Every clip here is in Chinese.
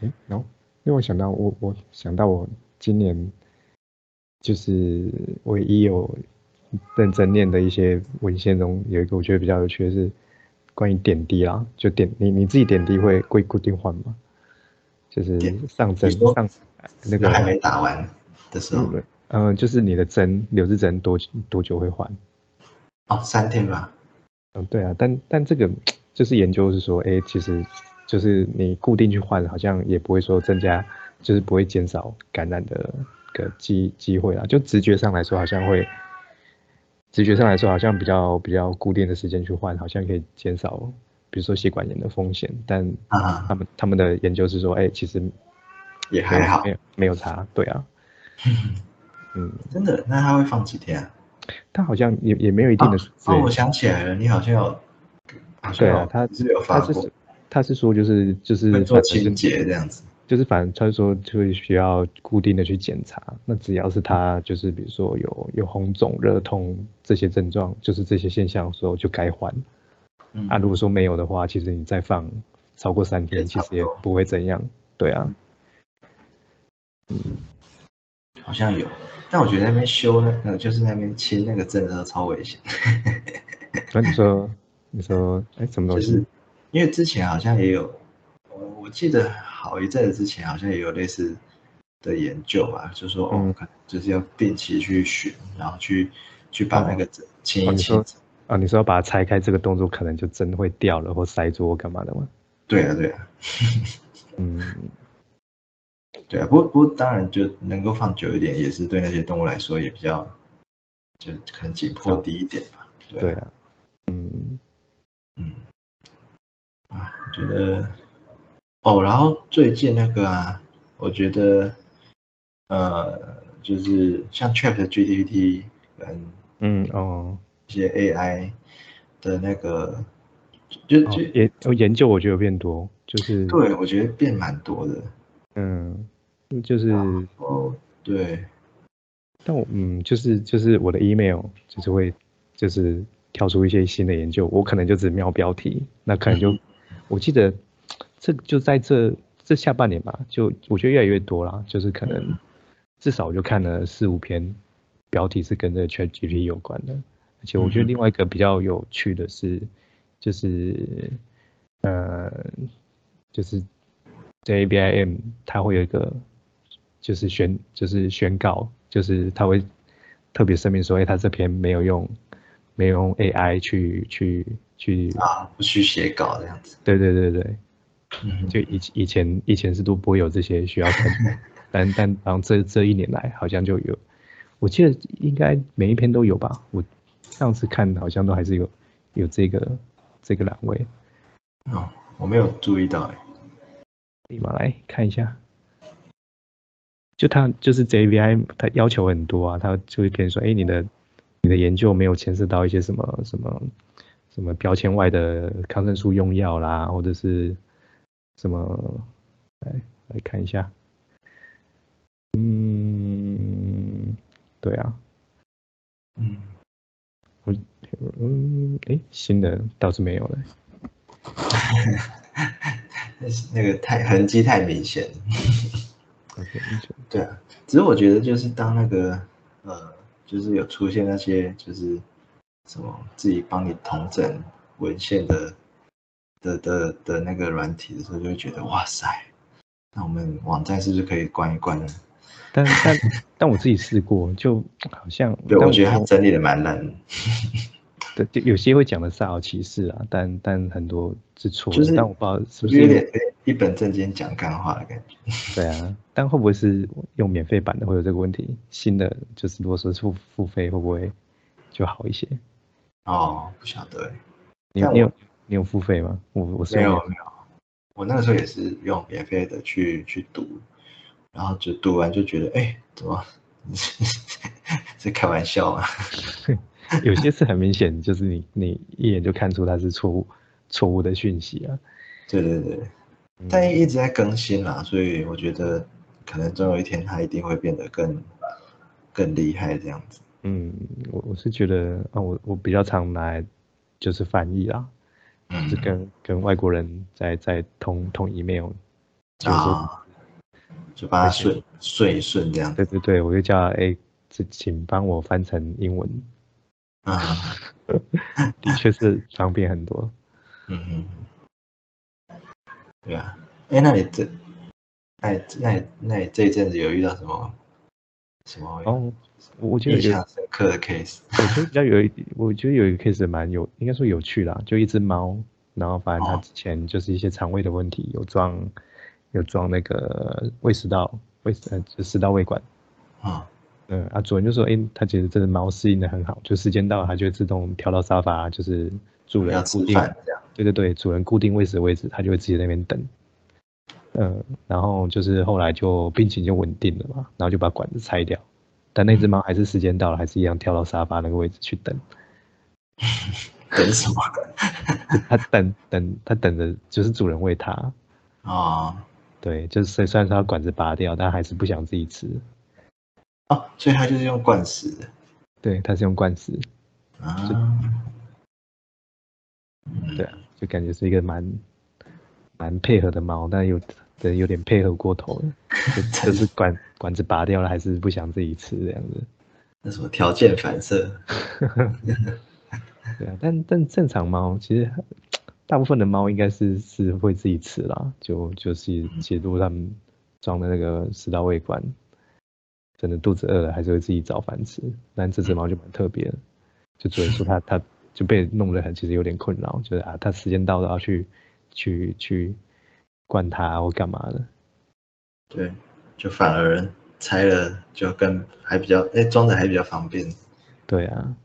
诶，然后因为我想到我我想到我今年就是唯一有认真念的一些文献中，有一个我觉得比较有趣的是关于点滴啦，就点你你自己点滴会会固定换吗？就是点上针你说上那就个还没打完的时候，嗯、呃就是你的针留置针多久多久会换？哦，三天吧，嗯，对啊，但但这个就是研究是说，哎，其实就是你固定去换，好像也不会说增加，就是不会减少感染的个机机会啊啦。就直觉上来说，好像会，直觉上来说，好像比较比较固定的时间去换，好像可以减少，比如说血管炎的风险。但啊他们他们的研究是说，哎，其实也还好没，有没有差，对 啊，嗯，真的。那他会放几天啊？但好像也也没有一定的时间哦，我想起来了，你好像有，好像对有啊，他你是不是有发他是过说，他是说就是就是会他做只是清洁这样子。就是反正他说就会需要固定的去检查，那只要是他就是比如说有有红肿、热痛这些症状，就是这些现象的时候就该换。嗯啊，如果说没有的话，其实你再放超过三天，也其差不实也多不会怎样。对啊，好像有，但我觉得那边修那个就是那边切那个针的时候超危险， 那你说你说哎什么就东是西？因为之前好像也有，我我记得好一阵子之前好像也有类似的研究吧，就说嗯哦，可能就是要定期去巡，然后去去把那个针清哦一你清说。啊，你说要把它拆开这个动作，可能就针会掉了或塞住或干嘛的吗？对啊，对啊，嗯，对啊。不过不过当然就能够放久一点，也是对那些动物来说也比较，就可能紧迫低一点吧。对啊对啊，嗯，嗯，啊，我觉得哦，然后最近那个啊，我觉得呃，就是像 ChatGPT 跟嗯哦，一些 AI 的那个，就哦就、研哦研究我觉得有变多，就是对我觉得变蛮多的。嗯，就是，哦，对，但我嗯，就是就是我的 email 就是会就是跳出一些新的研究，我可能就只瞄标题，那可能就我记得这就在这这下半年吧，就我觉得越来越多啦，就是可能至少我就看了四五篇标题是跟这个 ChatGPT 有关的，而且我觉得嗯另外一个比较有趣的是，就是呃，就是 JBIM 它会有一个就是宣就是宣告，就是它会特别声明说，哎、它这篇没有用没有用 AI 去去去，啊，不去写稿这样子，对对对对，嗯哼，就以以前以前是都不会有这些需要看，但但然后这这一年来好像就有，我记得应该每一篇都有吧，我上次看好像都还是有有这个这个栏位，哦，我没有注意到哎，立马来看一下。就他就是 JVI，他要求很多啊，他就会跟你说，哎、你的你的研究没有牵涉到一些什么什么什么标签外的抗生素用药啦，或者是什么，来来看一下，嗯，对啊，嗯，嗯，哎、新的倒是没有了，那是那个太痕迹太明显了。 OK，对啊，只是我觉得就是当那个呃，就是有出现那些就是什么自己帮你统整文献的的的的那个软体的时候，就会觉得哇塞，那我们网站是不是可以关一关呢？但但但我自己试过，就好像，对，但我觉得它整理的蛮烂的，对，就有些会讲的煞有其事啊，但但很多是错的，就是但我不知道是我不觉是得有用点一本正经讲干话的感觉。对啊，但会不会是用免费版的会有这个问题？新的就是如果说是付付费会不会就好一些？哦，不晓得欸，你但你我有你有付费吗？我我是没有用免没有，我那个时候也是用免费的去去读，然后就读完就觉得，哎，怎么 是开玩笑吗？有些是很明显，就是你你一眼就看出它是错误错误的讯息啊。对对对，嗯但一直在更新啦，所以我觉得可能总有一天它一定会变得更更厉害这样子。嗯，我我是觉得啊，我我比较常拿来就是翻译啦，嗯就是 跟跟外国人在在通通 email，就是说、啊，就把它顺顺一顺这样子对对对，我就叫他哎，这请帮我翻成英文，啊，的确是方便很 多。嗯嗯，对啊。哎，那你这，那你那你那你这一阵子有遇到什么什么然后我我觉得印哦有象深刻的 case？我觉得比较有一，我觉得有一个 case 蛮有，应该说有趣啦，就一只猫，然后反正它哦之前就是一些肠胃的问题，有装有装那个胃食道胃呃就食道胃管，啊，嗯啊，主人就说，哎、它其实这只猫适应的很好，就时间到了它就会自动跳到沙发，就是主要人吃固定，饭这样。对对对，主人固定位置的位置，它就会自己在那边等。嗯，然后就是后来就病情就稳定了嘛，然后就把管子拆掉，但那只猫还是时间到了，还是一样跳到沙发那个位置去等。等什么？ 它等等，它等着就是主人喂它，哦对，就是虽然说它管子拔掉，但还是不想自己吃，哦，所以他就是用灌食的对，它是用灌食，啊。嗯对啊，就感觉是一个蛮蛮配合的猫，但有对有点配合过头了， 就就是管管子拔掉了，还是不想自己吃这样子，那什么条件反射？对啊，但但正常猫其实大部分的猫应该是是会自己吃啦，就就是其实如果它们装的那个食道胃管，真的肚子饿了还是会自己找饭吃。但这只猫就蛮特别的，就主人说它它就被弄得很其实有点困扰，就是啊它时间到了要去去去灌它或干嘛的，对，就反而拆了就更还比较，哎，装的还比较方便。对啊，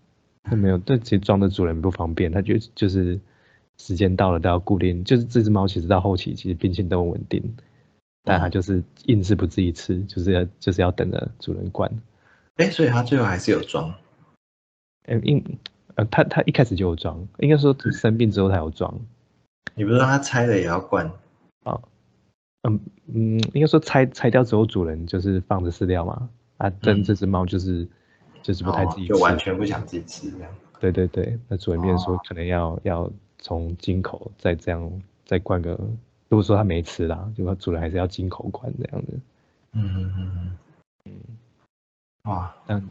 那没有，这其实装的主人不方便，它就就是时间到了都要固定，就是这只猫其实到后期其实病情都很稳定，但嗯它就是硬是不自己吃，就是要就是要等着主人管。哎，所以他最后还是有装。嗯，硬呃，它它一开始就有装，应该说生病之后它有装。你不是说他拆了也要灌？嗯嗯，应该说拆拆掉之后主人就是放着饲料嘛，啊，但嗯这只猫就是就是不太自己吃，哦就完全不想自己吃这样。对对对，那主人面哦说可能要、要从金口再这样再灌个，如果说他没吃啦，就主人还是要金口灌这样子。嗯嗯嗯嗯。哇，但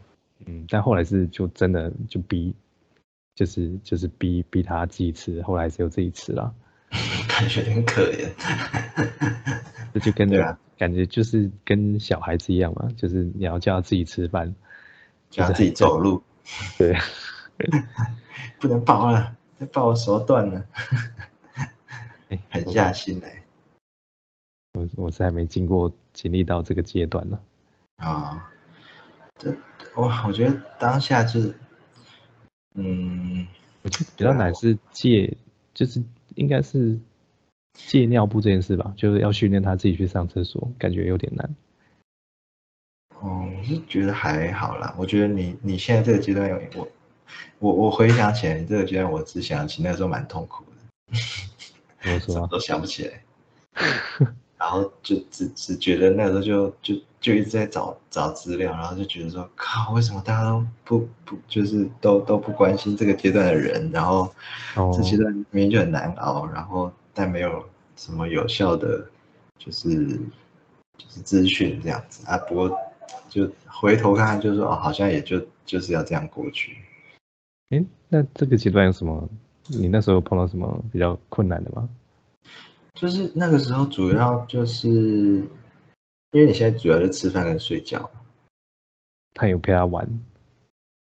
嗯，但后来是就真的就逼，就是就是逼逼他自己吃，后来是有自己吃啦。感觉很可怜。这就跟对啊感觉就是跟小孩子一样嘛，就是你要叫他自己吃饭，就就是要自己还是要走路。对。不能抱了，再抱我手断了， 哎狠下心欸来我我是还没经过经历到这个阶段呢。啊！这哇，我觉得当下就是，嗯，我觉得比较难是戒，就是应该是戒尿布这件事吧，就是要训练他自己去上厕所，感觉有点难。哦，我是觉得还好啦。我觉得你你现在这个阶段有我，我我回想起来，你这个阶段我只想起那个时候蛮痛苦的，怎么什说么啊？都想不起来， 然后就只只觉得那个时候就就就一直在找找资料，然后就觉得说靠，为什么大家都不不就是都都不关心这个阶段的人，然后哦这阶段明明就很难熬，然后但没有什么有效的就是就是资讯这样子啊。不过就回头看看，就是说哦，好像也就就是要这样过去。哎、那这个阶段有什么？你那时候碰到什么比较困难的吗？就是那个时候主要就是因为你现在主要就吃饭跟睡觉，他有陪他玩，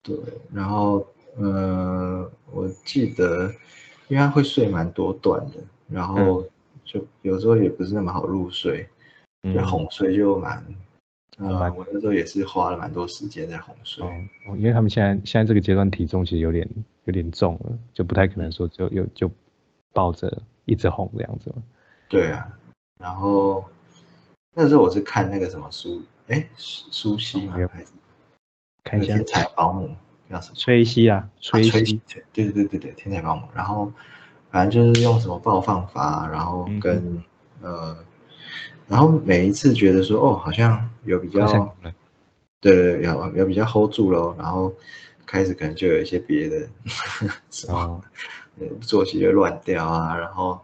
对，然后呃，我记得，因为他会睡蛮多段的，然后就有时候也不是那么好入睡，嗯就哄睡就蛮，呃，蛮我那时候也是花了蛮多时间在哄睡哦，哦，因为他们现在现在这个阶段体重其实有点有点重了，就不太可能说就有就抱着一直哄这样子嘛。对啊，然后那时候我是看那个什么苏，哎，苏苏西吗哦没有？还是看一下天才保姆叫什么？崔西啊，啊崔吹西，对对对对对，天才帮忙。然嗯后反正就是用什么暴放法，然后跟、呃然后每一次觉得说哦，好像有比快闪较过来对对，对有有比较 hold 住喽，然后开始可能就有一些别的 什么哦，呃作息就乱掉啊，然后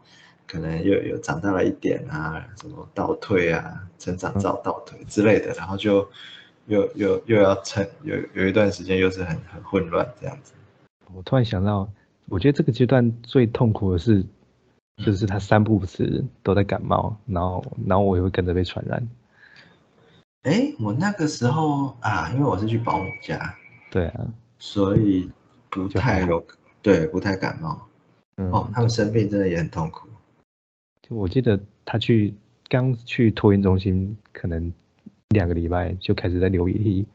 可能又有长大了一点啊，什么倒退啊，成长嗯照倒退之类的，然后就又又又要趁有有一段时间又是很很混乱这样子。我突然想到，我觉得这个阶段最痛苦的是，就是他三不五时都在感冒，然后然后我也会跟着被传染。哎，我那个时候啊，因为我是去保姆家，对啊，所以不就还太有对不太感冒嗯，哦。他们生病真的也很痛苦，就我记得他去刚去托运中心，可能两个礼拜就开始在流鼻涕，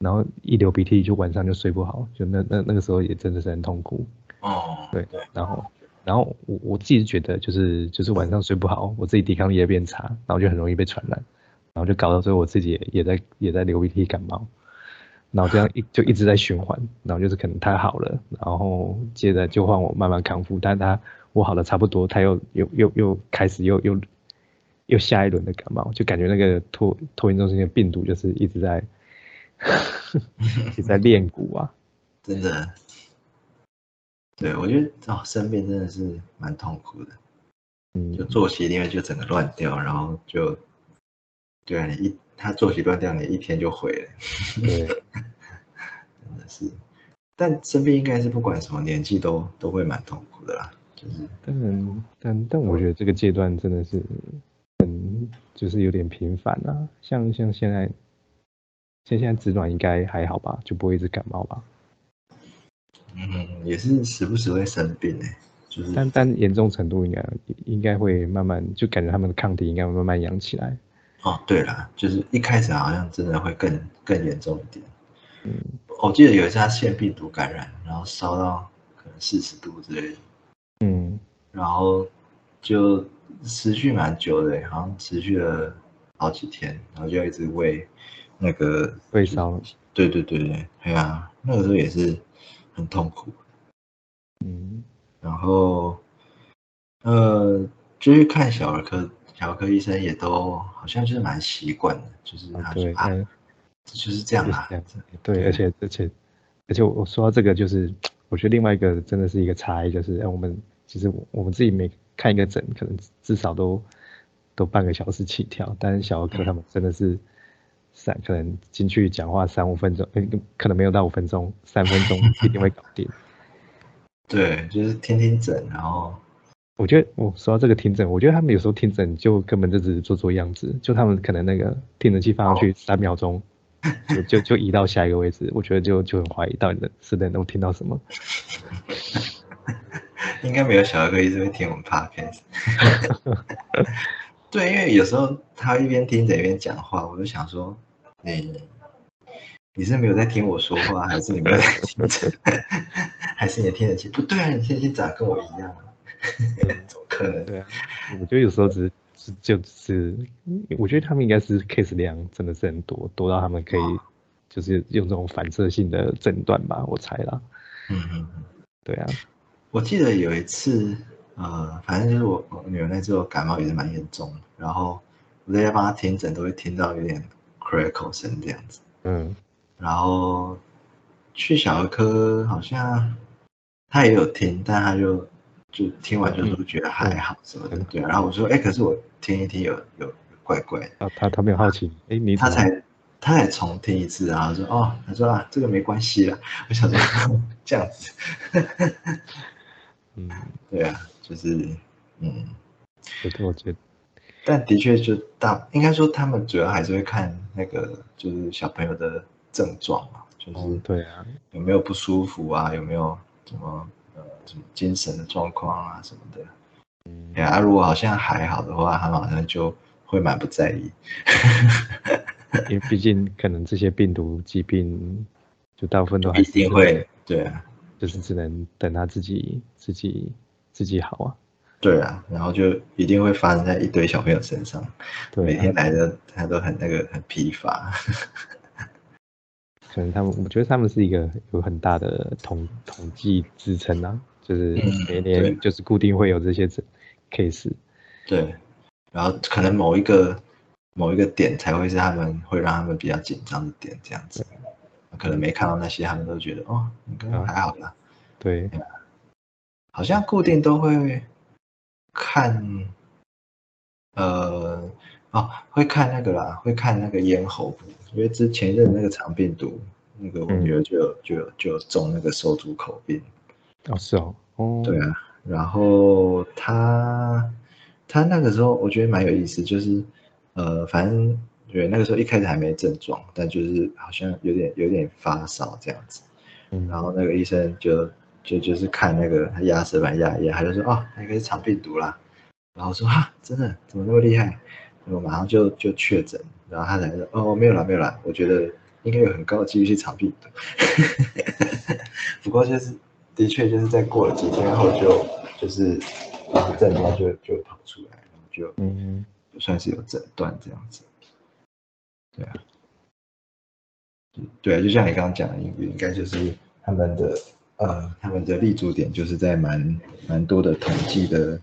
然后一流鼻涕就晚上就睡不好，就那那那个时候也真的是很痛苦。哦，对，然后然后我我自己觉得就是就是晚上睡不好，我自己抵抗力也变差，然后就很容易被传染，然后就搞到最后我自己也也在也在流鼻涕感冒，然后这样一就一直在循环，然后就是可能他好了，然后接着就换我慢慢康复，但他我好的差不多，他又又又又开始又又又下一轮的感冒，就感觉那个托托运中心的病毒就是一直在 一直在练骨啊，真的。对，我觉得哦，生病真的是蛮痛苦的。嗯就，作息因为就整个乱掉，然后就对啊，你一他作息乱掉，你一天就毁了，对。真的是。但生病应该是不管什么年纪都都会蛮痛苦的啦，就是当然，但但我觉得这个阶段真的是很就是有点频繁啊，像像现在，像现在紫暖应该还好吧，就不会一直感冒吧，嗯，也是时不时会生病哎、就是但但严重程度应该应该会慢慢就感觉他们的抗体应该会慢慢养起来，哦，对啦，就是一开始好像真的会更更严重一点。我记得有一次他腺病毒感染，然后烧到可能四十度之类的，嗯，然后就持续蛮久的，好像持续了好几天，然后就要一直喂那个，退烧，对对对对，对啊，那个时候也是很痛苦。嗯，然后呃，就去看小儿科，小儿科医生也都好像就是蛮习惯的，就是啊他说对，啊，嗯，这就是这样啊就是啦、这样这对，而且而且而且我我说到这个，就是我觉得另外一个真的是一个差异，就是哎、我们其实我我们自己每看一个诊，可能至少都都半个小时起跳，但是小儿科他们真的是三，可能进去讲话三五分钟，嗯、可能没有到五分钟，三分钟一定会搞定。对，就是听听诊，然后我觉得我说到这个听诊，我觉得他们有时候听诊就根本就只是做做样子，就他们可能那个听诊器放上去三秒钟，就就就移到下一个位置，我觉得就就很怀疑到底能是能能听到什么。应该没有小儿科医生会听我们 podcast。对，因为有时候他一边听着一边讲话，我就想说，你你是没有在听我说话，还是你没有在听着？ 还是你听得清？不对啊，你听得清长得跟我一样啊？怎么可能？对啊，我觉得有时候只是是就只是，我觉得他们应该是 case 量真的是很多，多到他们可以就是用这种反射性的诊断吧，我猜啦。嗯嗯嗯。对啊，我记得有一次，呃，反正就是我我女儿那次我感冒也是蛮严重的，然后我在家帮她听诊，都会听到有点 crackle 声这样子。嗯，然后去小儿科好像他也有听，但他就就听完就说觉得还好什么的，嗯对啊。然后我说，哎、可是我听一听有有有怪怪的，他他他没有好奇，哎、你怎他么才他才重听一次，然后说，哦，他说啊，这个没关系啦。 我想说 这样子，嗯，对啊，就是嗯，我觉得我觉得但的确就大，应该说他们主要还是会看那个就是小朋友的症状嘛，就是。哦，对啊，有没有不舒服啊，有没有什么呃什么精神的状况啊什么的。嗯哎呀、啊如果好像还好的话，他们好像就会蛮不在意。因为毕竟可能这些病毒疾病，就大部分都还一是定会，对啊，就是只能等他自己自己自己好啊。对啊，然后就一定会发生在一堆小朋友身上。每对啊，天来的他都很那个很疲乏。 可能他们，我觉得他们是一个有很大的统统计支撑啊，就是嗯每对年就是固定会有这些这 case，对，然后可能某一个某一个点才会是他们会让他们比较紧张的点，这样子。可能没看到那些，他们都觉得哦，应该啊还好啦。对，啊好像固定都会看，呃，哦，会看那个啦，会看那个咽喉部，因为之前一阵那个肠病毒，那个我嗯女儿就有、就有就有中那个手足口病，哦是哦，哦，对啊，然后他他那个时候我觉得蛮有意思，就是呃，反正对那个时候一开始还没症状，但就是好像有点有点发烧这样子，嗯，然后那个医生就就就是看那个他压舌板压一压，他就说啊，那个是肠病毒啦，然后我说啊，真的怎么那么厉害？我马上就就确诊，然后他才说哦，没有啦没有啦，我觉得应该有很高的几率是肠病毒， 不过就是的确就是在过了几天后就就是呃症状就就跑出来，然后就嗯，就算是有诊断这样子。对啊，就对啊，就像你刚刚讲的，英语应该就是他们的呃，他们的立足点就是在蛮蛮多的统计的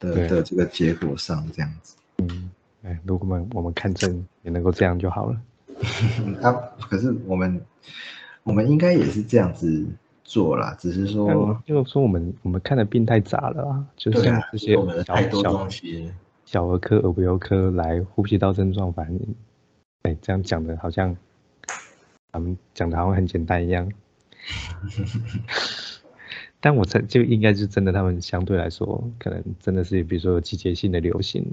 的对的这个结果上这样子。哎，如果我们我们看症也能够这样就好了，嗯啊，可是我们我们应该也是这样子做啦，只是但说就是说我们我们看的病太杂了啊，就是对像啊，这就是些我们的小太多小东西，小儿科、耳鼻喉科来呼吸道症状反应，哎，这样讲的好像咱们讲的好像很简单一样， 但我才就应该是真的，他们相对来说可能真的是比如说有季节性的流行，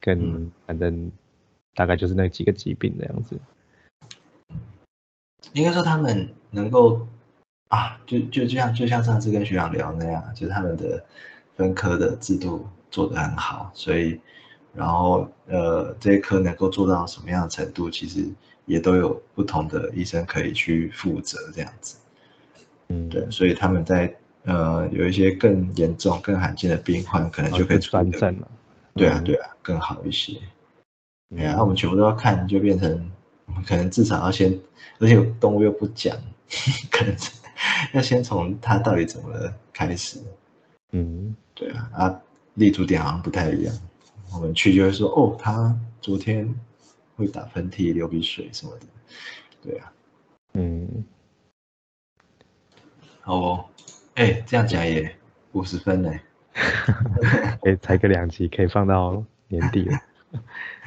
跟嗯反正大概就是那几个疾病那样子，应该说他们能够啊，就就就像就像上次跟学长聊那样，就是他们的分科的制度做得很好，所以然后呃这一科能够做到什么样的程度，其实也都有不同的医生可以去负责这样子。嗯，对，所以他们在呃有一些更严重、更罕见的病患，可能然后就可以处转理得正了，对啊嗯对啊更好一些。嗯哎呀，那我们全部都要看，就变成我们可能至少要先，而且动物又不讲， 可能是要先从它到底怎么了开始。嗯，对啊，啊，立足点好像不太一样。我们去就会说，哦，它昨天会打喷嚏、流鼻水什么的。对啊，嗯，哦，哎，这样讲也五十分呢。哎，才个两集可以放到年底了。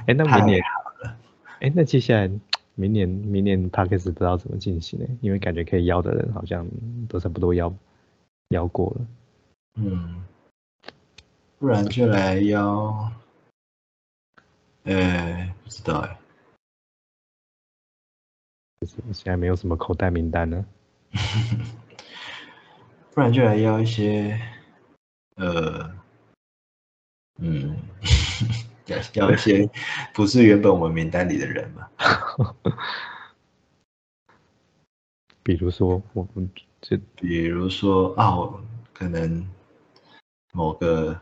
哎，那太明年，哎，那接下来明年明年 p a c k a g e 不知道怎么进行呢？因为感觉可以邀的人好像都差不多邀邀过了。嗯，不然就来邀，呃，不知道哎。我现在没有什么口袋名单呢。不然就来邀一些，呃，嗯，邀邀一些不是原本我们名单里的人吧。比如说，我们这比如说啊，我可能某个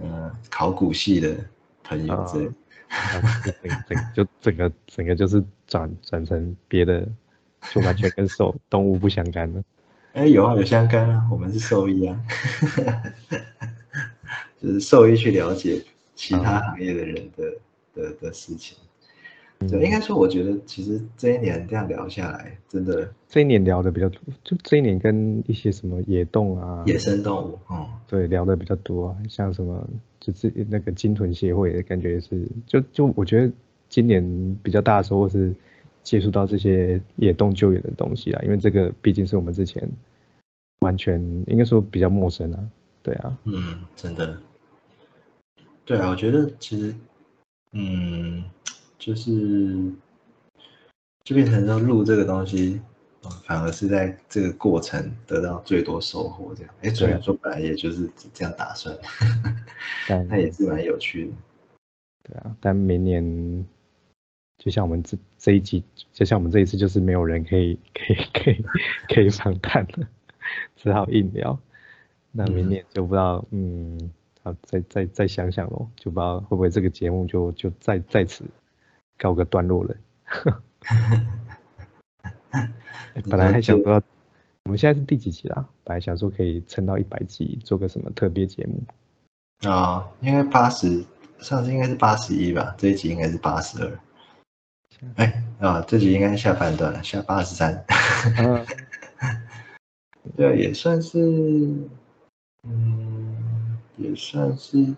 呃考古系的朋友之类的，啊就整整就整个整个就是转转成别的，就完全跟手动物不相干了。哎、有啊，有相干啊，我们是兽医啊， 就是兽医去了解其他行业的人的、的的事情。对，应该说，我觉得其实这一年这样聊下来，真的这一年聊的比较多，就这一年跟一些什么野洞啊、野生动物，嗯，对，聊的比较多啊，像什么就是那个鲸豚协会，感觉也是就就我觉得今年比较大的收获是接触到这些野动救援的东西啊，因为这个毕竟是我们之前完全应该说比较陌生啊，对啊，嗯，真的，对啊，我觉得其实，嗯，就是就变成说录这个东西，嗯反而是在这个过程得到最多收获。这样，哎，虽然说本来也就是这样打算， 但那也是蛮有趣的。对啊，但明年就像我们这这一集，就像我们这一次，就是没有人可以 可以可以可以访谈了，只好硬聊。那明嗯年就不知道，嗯，好，再再再想想咯，就不知道会不会这个节目就就再在此告个段落了。本来还想说，我们现在是第几集啦？本来想说可以撑到一百集，做个什么特别节目。啊、因为八十上次应该是八十一吧，这一集应该是八十二。哎啊，这集应该是下半段了，下八十三。啊，对啊，也算是，嗯，也算是，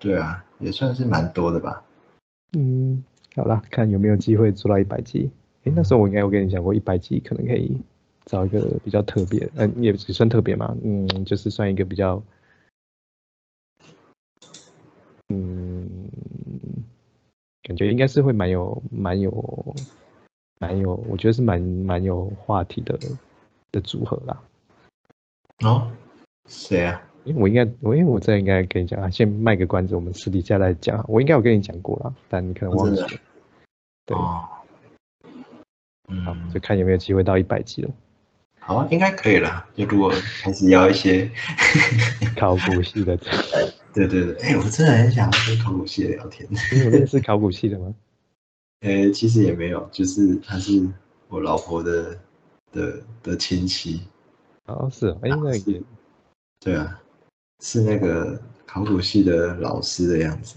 对啊，也算是蛮多的吧。嗯，好啦，看有没有机会做到一百集。诶，那时候我应该有跟你讲过，一百集可能可以找一个比较特别，嗯、也也算特别嘛，嗯，就是算一个比较，嗯，感觉应该是会蛮有蛮有蛮有，我觉得是蛮蛮有话题的的组合啦。哦，谁啊？因为我应该，我因为我这应该跟你讲啊，先卖个关子，我们私底下再讲。我应该有跟你讲过啦，但你可能忘记真了。对，哦，好嗯，就看有没有机会到一百 集了，好啊，应该可以啦。就如果开始聊一些， 考古系的，对对对，哎、我真的很想要跟考古系的聊天。你有认识考古系的吗？呃、其实也没有，就是他是我老婆的的的亲戚，哦，是哦，哎，啊那是也对啊，是那个考古系的老师的样子。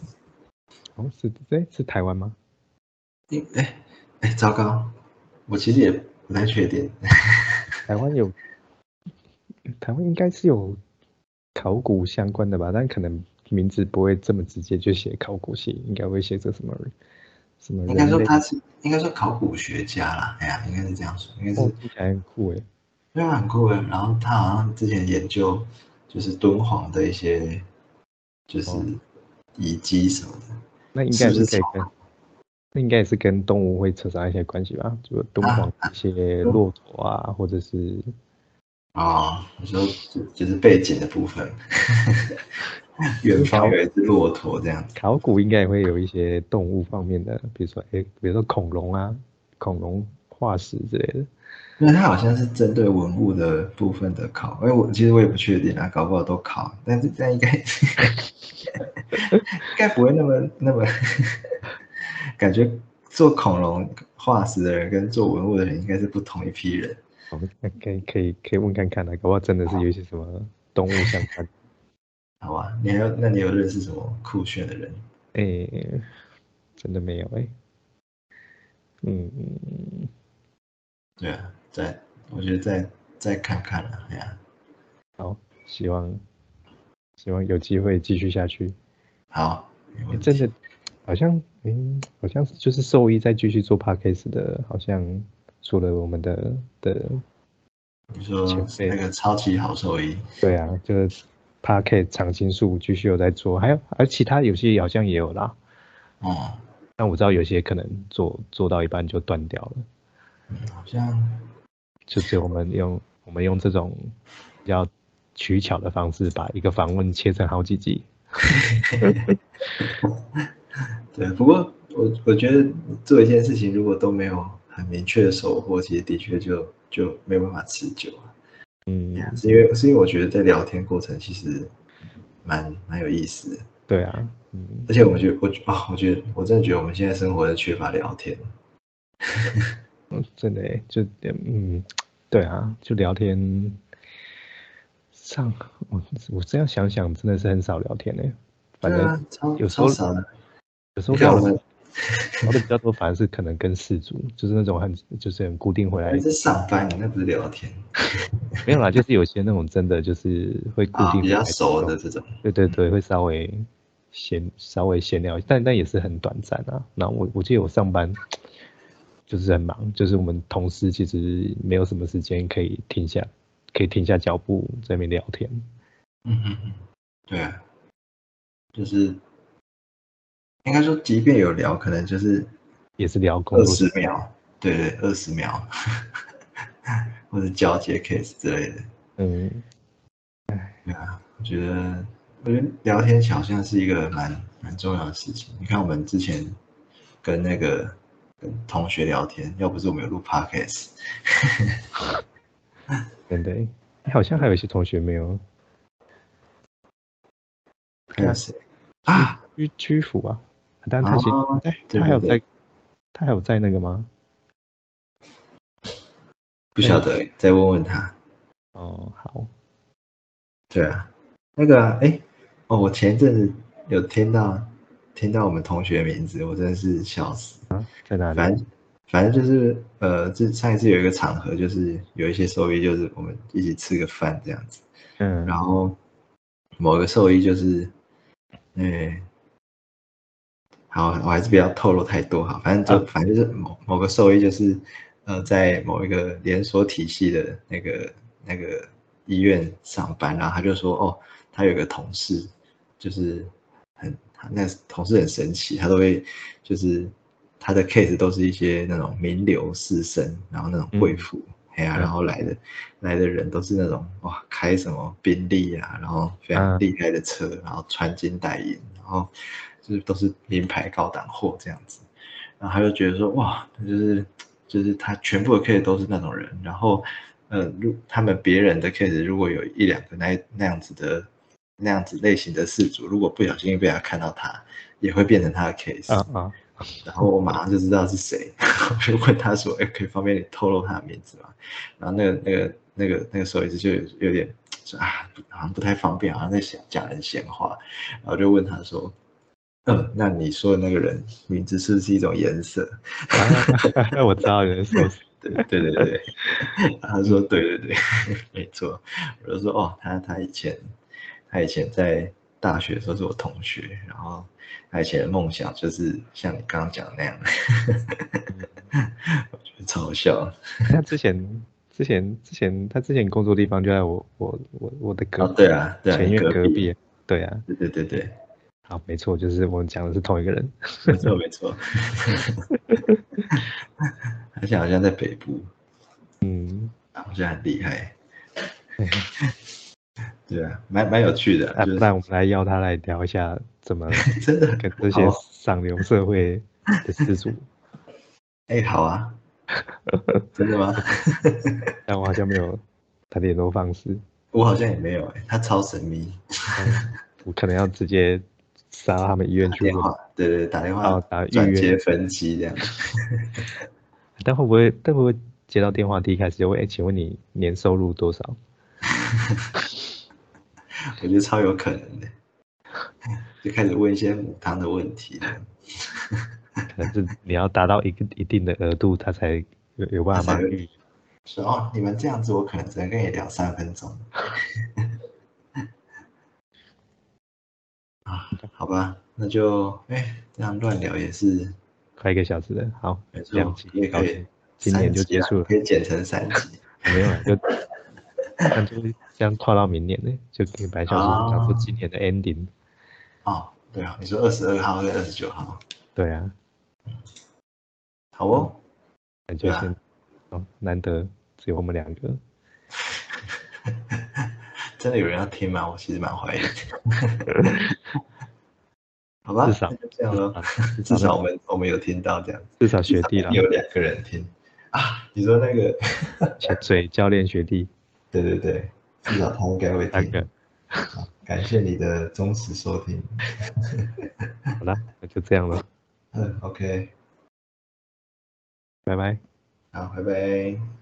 哦是哎是台湾吗？诶哎哎，糟糕，我其实也不太确定。台湾有，台湾应该是有考古相关的吧，但可能名字不会这么直接就写考古系，应该会写着什么什么应该人说类。他是，应该说考古学家啦。哎呀，应该是这样说，应该哦是，听起来很酷哎，对啊，很酷的。然后他好像之前研究就是敦煌的一些就是哦遗迹什么的。那应是该不是是可以从跟，那应该也是跟动物会扯上一些关系吧，就敦啊煌一些骆驼啊，或者是哦，你说就就是背景的部分， 远方有一只骆驼这样子。考古应该也会有一些动物方面的，比如说诶，比如说恐龙啊、恐龙化石之类的。因为它好像是针对文物的部分的考，因为我其实我也不确定啊，搞不好都考，但是这样应该应该不会那么那么感觉做恐龙化石的人跟做文物的人应该是不同一批人。我们哦可以可以可以问看看啊，搞不好真的是有一些什么动物相关。好吧，你还有那你有认识什么酷炫的人？诶，真的没有诶。嗯，对啊，再我觉得再再看看了、哎呀，好，希望希望有机会继续下去。好，没问欸题真的，好像嗯，好像是就是兽医在继续做 podcast 的，好像除了我们的的，你说前辈那个超级好兽医，对啊，就是 podcast 常青树继续有在做，还有而其他有些好像也有啦，哦、但我知道有些可能做做到一半就断掉了，嗯，好像就只有我们用我们用这种比较取巧的方式，把一个访问切成好几集。对，不过我我觉得做一件事情如果都没有很明确的收获，其实的确就就没有办法持久啊。嗯，是因为是因为我觉得在聊天过程其实蛮蛮有意思的，对啊，嗯，而且我觉得我啊、我觉得我真的觉得我们现在生活是缺乏聊天。嗯，真的欸，就嗯，对啊，就聊天上，我我这样想想，真的是很少聊天呢。反对正啊，超有时超候少的。有时候你看聊我的们聊的比较多，反而是可能跟事主，就是那种很就是很固定回来那，是上班，那不是聊天没有啦，就是有些那种真的就是会固啊，定比回较来熟的种，这种。对对对，会稍微闲稍微闲聊，但但也是很短暂啊。然后我我记得我上班就是很忙，就是我们同事其实没有什么时间可以停下，可以停下脚步在那边聊天。嗯嗯嗯，对啊，就是应该说，即便有聊，可能就是也是聊工二作十，秒，对对，二十秒， 或者交接 case 之类的。啊嗯，我觉得，我觉得聊天好像是一个蛮蛮重要的事情。你看，我们之前跟那个跟同学聊天，要不是我们有录 podcast，真的欸、欸好像还有一些同学没有还有谁啊？居居服啊，但他其实哦哎对他还有对对在，他还有在那个吗？不晓得，哎再问问他。哦，好，啊对啊，那个哎、诶哦，我前一阵子有听到听到我们同学名字，我真的是笑死。在哪反里正？反正就是呃，这上一次有一个场合，就是有一些兽医，就是我们一起吃个饭这样子，嗯，然后某个兽医就是，呃、好，我还是不要透露太多哈，反正就、反正就是某某个兽医就是呃，在某一个连锁体系的那个那个医院上班，然后他就说哦，他有个同事就是很他那同事很神奇，他都会就是他的 case 都是一些那种名流士绅，然后那种贵妇，哎呀、嗯然后来的来的人都是那种哇开什么宾利啊，然后非常嗯厉害的车，然后穿金戴银，然后就是都是名牌高档货这样子，然后他就觉得说哇，那就是就是他全部的 case 都是那种人，然后呃，如他们别人的 case 如果有一两个那那样子的那样子类型的事主，如果不小心被他看到他，也会变成他的 case。啊啊，然后我马上就知道是谁， 我就问他说：“哎、可以方便你透露他的名字吗？”然后那个那个那个那个兽医师就有有点说啊，好像不太方便，好像在讲讲人闲话，然后就问他说：“嗯，那你说的那个人名字是不是一种颜色？” 啊我知道有人说是，对对对 对，他说对对对，没错。我就说哦，他他以前他以前在大学的时候是我同学，然后他以前的梦想就是像你刚刚讲的那 样，我觉得超好笑的。他之前之前之前他之前工作地方就在我我我我的隔哦，对啊，对啊，前你院隔隔，壁，对啊，对对对对，好，没错，就是我们讲的是同一个人，没错没错。 而且好像在北部，嗯，好像很厉害。 对啊，蛮蛮有趣的啊，那 就不是然我们来邀他来聊一下怎 么真的跟这些好上流社会的失主，哎、好 啊，真的吗？但我好像没有他的联络方式，我好像也没有哎、他超神秘，嗯我可能要直接杀到他们医院打去电问话，对对，打电话哦打预约转接分机这样。但会不会，但会不会接到电话第一开始就问，哎、请问你年收入多少？我觉得超有可能的，就开始问一些母汤的问题这样，可能是你要达到一个一定的额度，他才有有办法他才帮会你。说哦，你们这样子，我可能只能跟你聊三分钟。 啊，好吧，那就哎、这样乱聊也是快一个小时了，好没，错两集可以，高可以兴，今年就三集结啦束了可，以剪成三集。没有啊了，就那就这样跨到明年呢，就给白小啊说当做今年的 ending。哦，对啊，你说二十二号跟二十九号，对啊，好哦，那就先，哦，难得只有我们两个，真的有人要听吗？我其实蛮怀疑的。 好吧，至少那就这样咯。至 至少至少少我们我们有听到这样，至少学弟啦，有两个人听啊。你说那个，潜水教练学弟对对对，至少他应该会三个 听。。好感谢你的忠实收听。好啦，那就这样了，嗯，OK，拜拜。好，拜拜。